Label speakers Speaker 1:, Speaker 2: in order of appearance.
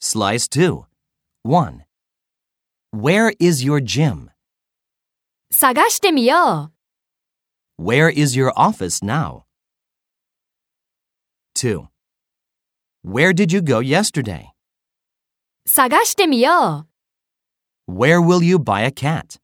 Speaker 1: Slice 2. 1. Where is your gym?
Speaker 2: 探してみよ
Speaker 1: Where is your office now? 2. Where did you go yesterday?
Speaker 2: う探してみよう
Speaker 1: Where will you buy a cat?